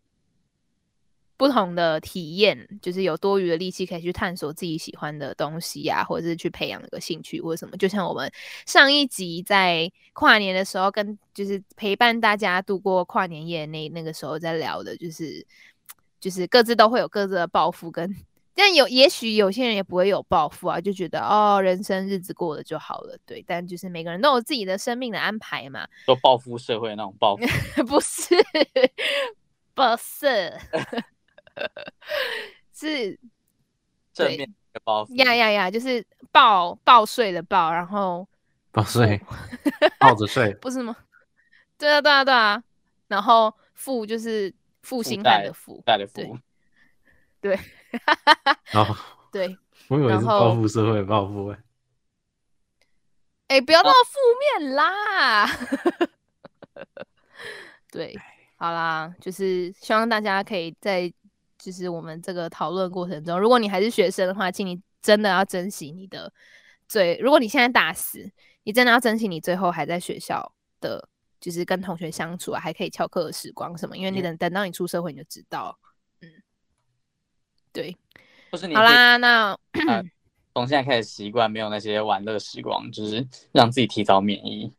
S3: 不同的体验，就是有多余的力气可以去探索自己喜欢的东西呀、或者是去培养一个兴趣或者什么。就像我们上一集在跨年的时候跟就是陪伴大家度过跨年夜那那个时候在聊的，就是就是各自都会有各自的抱负跟。但有，也许有些人也不会有抱负啊，就觉得哦，人生日子过了就好了，对。但就是每个人都有自己的生命的安排嘛，
S2: 说报复社会那种报
S3: <laughs>
S2: 复，
S3: 不是，不是， <laughs> 是
S2: 正面的报复。
S3: 呀呀呀，就是报报税的报，然后
S1: 抱睡，
S3: 哦
S1: 抱着
S3: <laughs>
S1: 睡，
S3: 不是吗？对啊，对啊，对啊，然后负就是负
S2: 负
S3: 心汉
S2: 债
S3: 的负，
S2: 带的
S3: 对
S2: 福，
S1: 然后
S3: 对。
S1: 我以为
S3: 然
S1: 是
S3: 后
S1: 报复社会，报复、欸，
S3: 哎、不要
S2: 哦
S3: 那么负面啦。 <laughs> 对，好啦，就是希望大家可以在就是我们这个讨论过程中，如果你还是学生的话，请你真的要珍惜你的最，如果你现在大四，你真的要珍惜你最后还在学校的，就是跟同学相处啊，还可以翘课的时光什么，因为你
S2: 嗯
S3: 等等到你出社会你就知道。嗯，对，
S2: 或是你
S3: 好
S2: 可以
S3: 啦，那
S2: 从现在开始习惯没有那些玩乐时光，就是让自己提早免疫。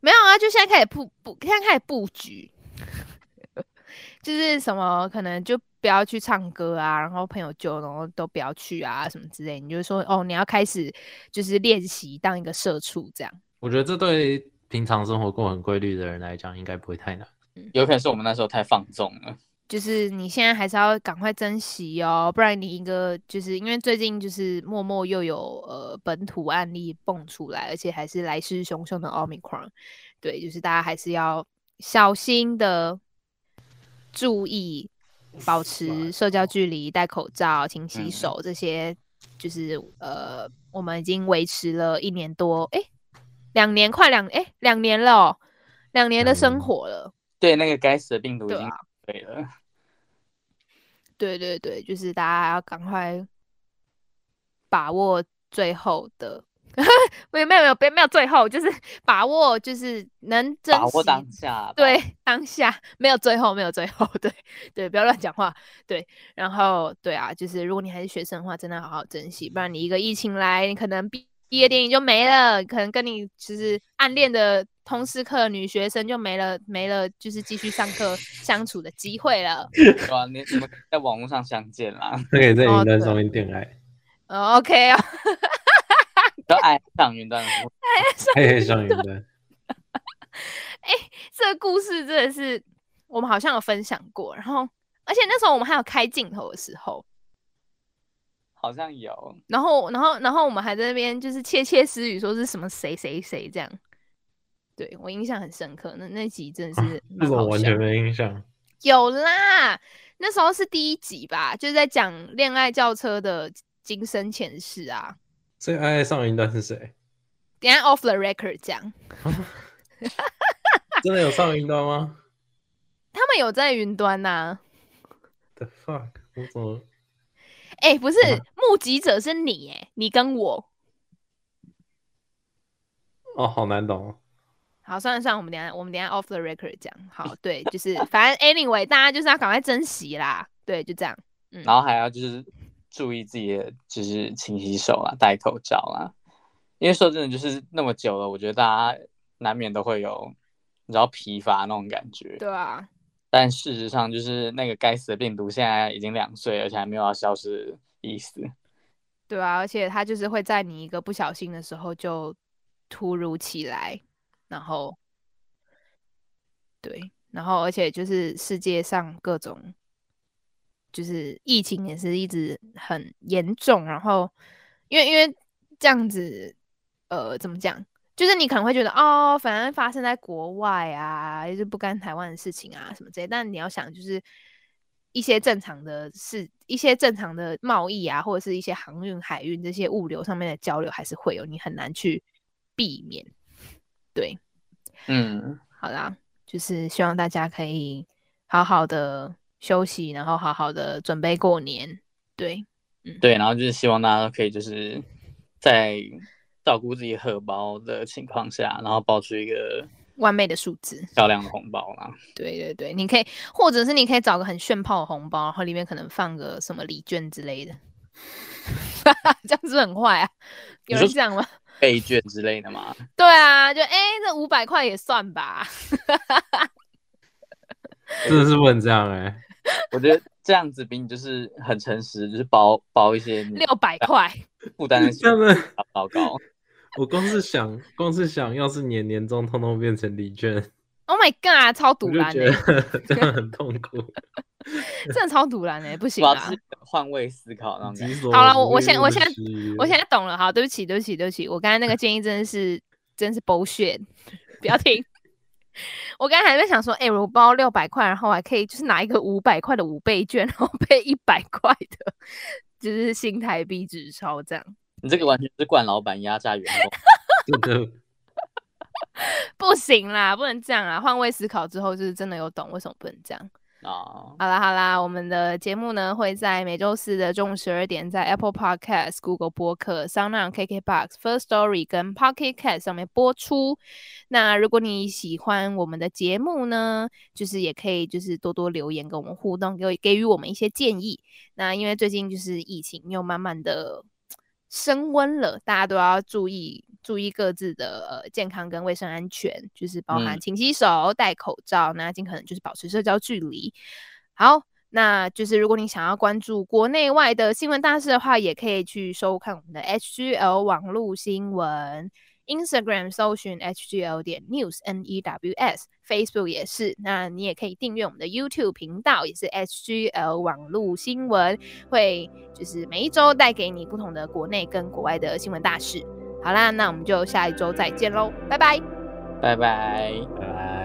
S3: 没有啊，就现在开始布布，现在开始布局， <laughs> 就是什么可能就不要去唱歌啊，然后朋友就然后都不要去啊，什么之类。你就说哦，你要开始就是练习当一个社畜这样。
S1: 我觉得这对平常生活过很规律的人来讲，应该不会太难。 <laughs>
S2: 有可能是我们那时候太放纵了，
S3: 就是你现在还是要赶快珍惜哦，不然你一个就是因为最近就是默默又有呃本土案例蹦出来，而且还是来势汹汹的 Omicron，对，就是大家还是要小心的注意，保
S1: 啊
S3: 持社交距离、戴口罩、勤洗
S2: 嗯
S3: 手这些，就是呃我们已经维持了一年多，诶，两年快两诶，两年了哦、两年的
S1: 两
S3: 生
S1: 年
S3: 活了。
S2: 对那个该死的病毒已
S3: 对
S2: 经
S3: 啊
S2: 对了。
S3: 对对对，就是大家要赶快把握最后的， <laughs> 没有没有没有没有最后，就是 <laughs> 把握就是能珍
S2: 把握
S3: 惜
S2: 当下，
S3: 对当下，没有最后没有最后， <laughs> 对对，不要乱讲话，对，然后对啊，就是如果你还是学生的话，真的好好珍惜，不然你一个疫情来，你可能毕毕业典礼就没了，可能跟你就是暗恋的通识课女学生就没了没了，就是继续上课相处的机会了。
S2: 对吧？你你们在网络上相见啦， <laughs>
S1: 那可以在
S3: 哦
S1: 云端
S3: 对
S1: 上面点 <laughs> 爱，
S3: 哦 OK 啊。
S2: 都爱上云端的时候
S1: 嘿嘿，上云端。
S3: 这个故事真的是我们好像有分享过，然后而且那时候我们还有开镜头的时候，
S2: 好像有，
S3: 然后然后然后我们还在那边就是窃窃私语说是什么谁谁谁这样，对我印象很深刻，那那集真的 <laughs> 是
S1: <laughs> 这
S3: 蛮
S1: 种
S3: 好
S1: 完
S3: 笑
S1: 全。没印象。
S3: 有啦，那时候是第一集吧，就是在讲恋爱轿车的今生前世啊。
S1: 所以爱爱上云端是谁？
S3: 等一下 off the record 讲，
S1: <laughs> 真的有上云端吗
S3: 他们有在云端呐、
S1: ？The fuck！我怎么？
S3: 哎、不是
S1: 我们，
S3: 目击者是你，哎，你跟我，
S1: 哦，好难懂哦。
S3: 好，算了算了，我们等一下我们等一下 off the record 讲。好，对，就是反正 anyway，大家就是要赶快珍惜啦。对，就这样。
S2: 然后还要就是注意自己的就是勤洗手啦，戴口罩啦。因为说真的，就是那么久了，我觉得大家难免都会有你知道疲乏那种感觉。
S3: 对啊，
S2: 但事实上，就是那个该死的病毒现在已经两岁，而且还没有要消失的意思。
S3: 对啊，而且他就是会在你一个不小心的时候就突如其来，然后对，然后而且就是世界上各种就是疫情也是一直很严重，然后因为因为这样子，呃，怎么讲？就是你可能会觉得哦，反正发生在国外啊，就是不干台湾的事情啊什么之类。但你要想，就是一些正常的事，一些正常的贸易啊，或者是一些航运、海运这些物流上面的交流，还是会有，你很难去避免。对，
S2: 嗯，
S3: 好啦，就是希望大家可以好好的休息，然后好好的准备过年。对，
S2: 对，然后就是希望大家都可以就是在照顾自己荷包的情况下，然后报出一个
S3: 完美的数字。
S2: 漂亮的红包啦。
S3: 对对对，你可以，或者是你可以找个很炫炮的红包，然后里面可能放个什么礼券之类的， <laughs> 这样子很坏啊？
S2: 你
S3: 有人
S2: 说
S3: 这样吗？
S2: 备卷之类的嘛，
S3: 对啊，就哎、这五百块也算吧。
S1: 真的是不能这样哎、 <laughs>
S2: 我觉得这样子比你就是很诚实，就是包包一些你
S3: 六百块，
S2: 负担的起
S1: 真的，
S2: 要糟糕。
S1: 我光是想，光是想要是年年终通通变成礼券，
S3: ，Oh my god，超堵
S1: 我就
S3: 拦欸
S1: 觉
S3: 的、
S1: 得 <laughs> 这样很痛苦， <laughs>
S3: 真的超堵拦的、不行
S2: 把
S3: 啊
S2: 自！己换位思考那种感
S1: 己
S2: 觉。
S1: 所
S3: 好啦我
S1: 不
S3: 我
S1: 欲
S3: 现
S1: 勿
S3: 我现在
S1: 施于
S3: 我
S1: 人
S3: 现在懂了，好，对不起，对不起，对不起，我刚才那个建议真的是真是 bullshit，不要听。 <laughs> 我刚才还在想说，哎、我包六百块，然后还可以就是拿一个五百块的五倍券，然后 <laughs> 配一百块的，就是新台币纸钞这样。
S2: 你这个完全是惯老板压榨员
S1: 真
S2: 工。
S1: 的
S3: 不行啦，不能这样啊！换位思考之后，就是真的有懂为什么不能这样。
S2: 啊，
S3: 好啦好啦，我们的节目呢会在每周四的中午十二点，在 Apple Podcast、Google 播客、SoundOn、KKBox、First Story 跟 Pocket Cast 上面播出。那如果你喜欢我们的节目呢，就是也可以就是多多留言跟我们互动，给我给予我们一些建议。那因为最近就是疫情又慢慢的升温了，大家都要注意注意各自的呃健康跟卫生安全，就是包含
S2: 嗯
S3: 勤洗手、戴口罩，那尽可能就是保持社交距离。好，那就是如果你想要关注国内外的新闻大事的话，也可以去收看我们的 HGL 网络新闻。Instagram 搜寻 HGL 点 news n e w s，Facebook 也是。那你也可以订阅我们的 YouTube 频道，也是 HGL 网络新闻，会就是每一周带给你不同的国内跟国外的新闻大事。好啦，那我们就下一周再见喽，拜拜。
S2: 拜拜。
S1: 拜拜。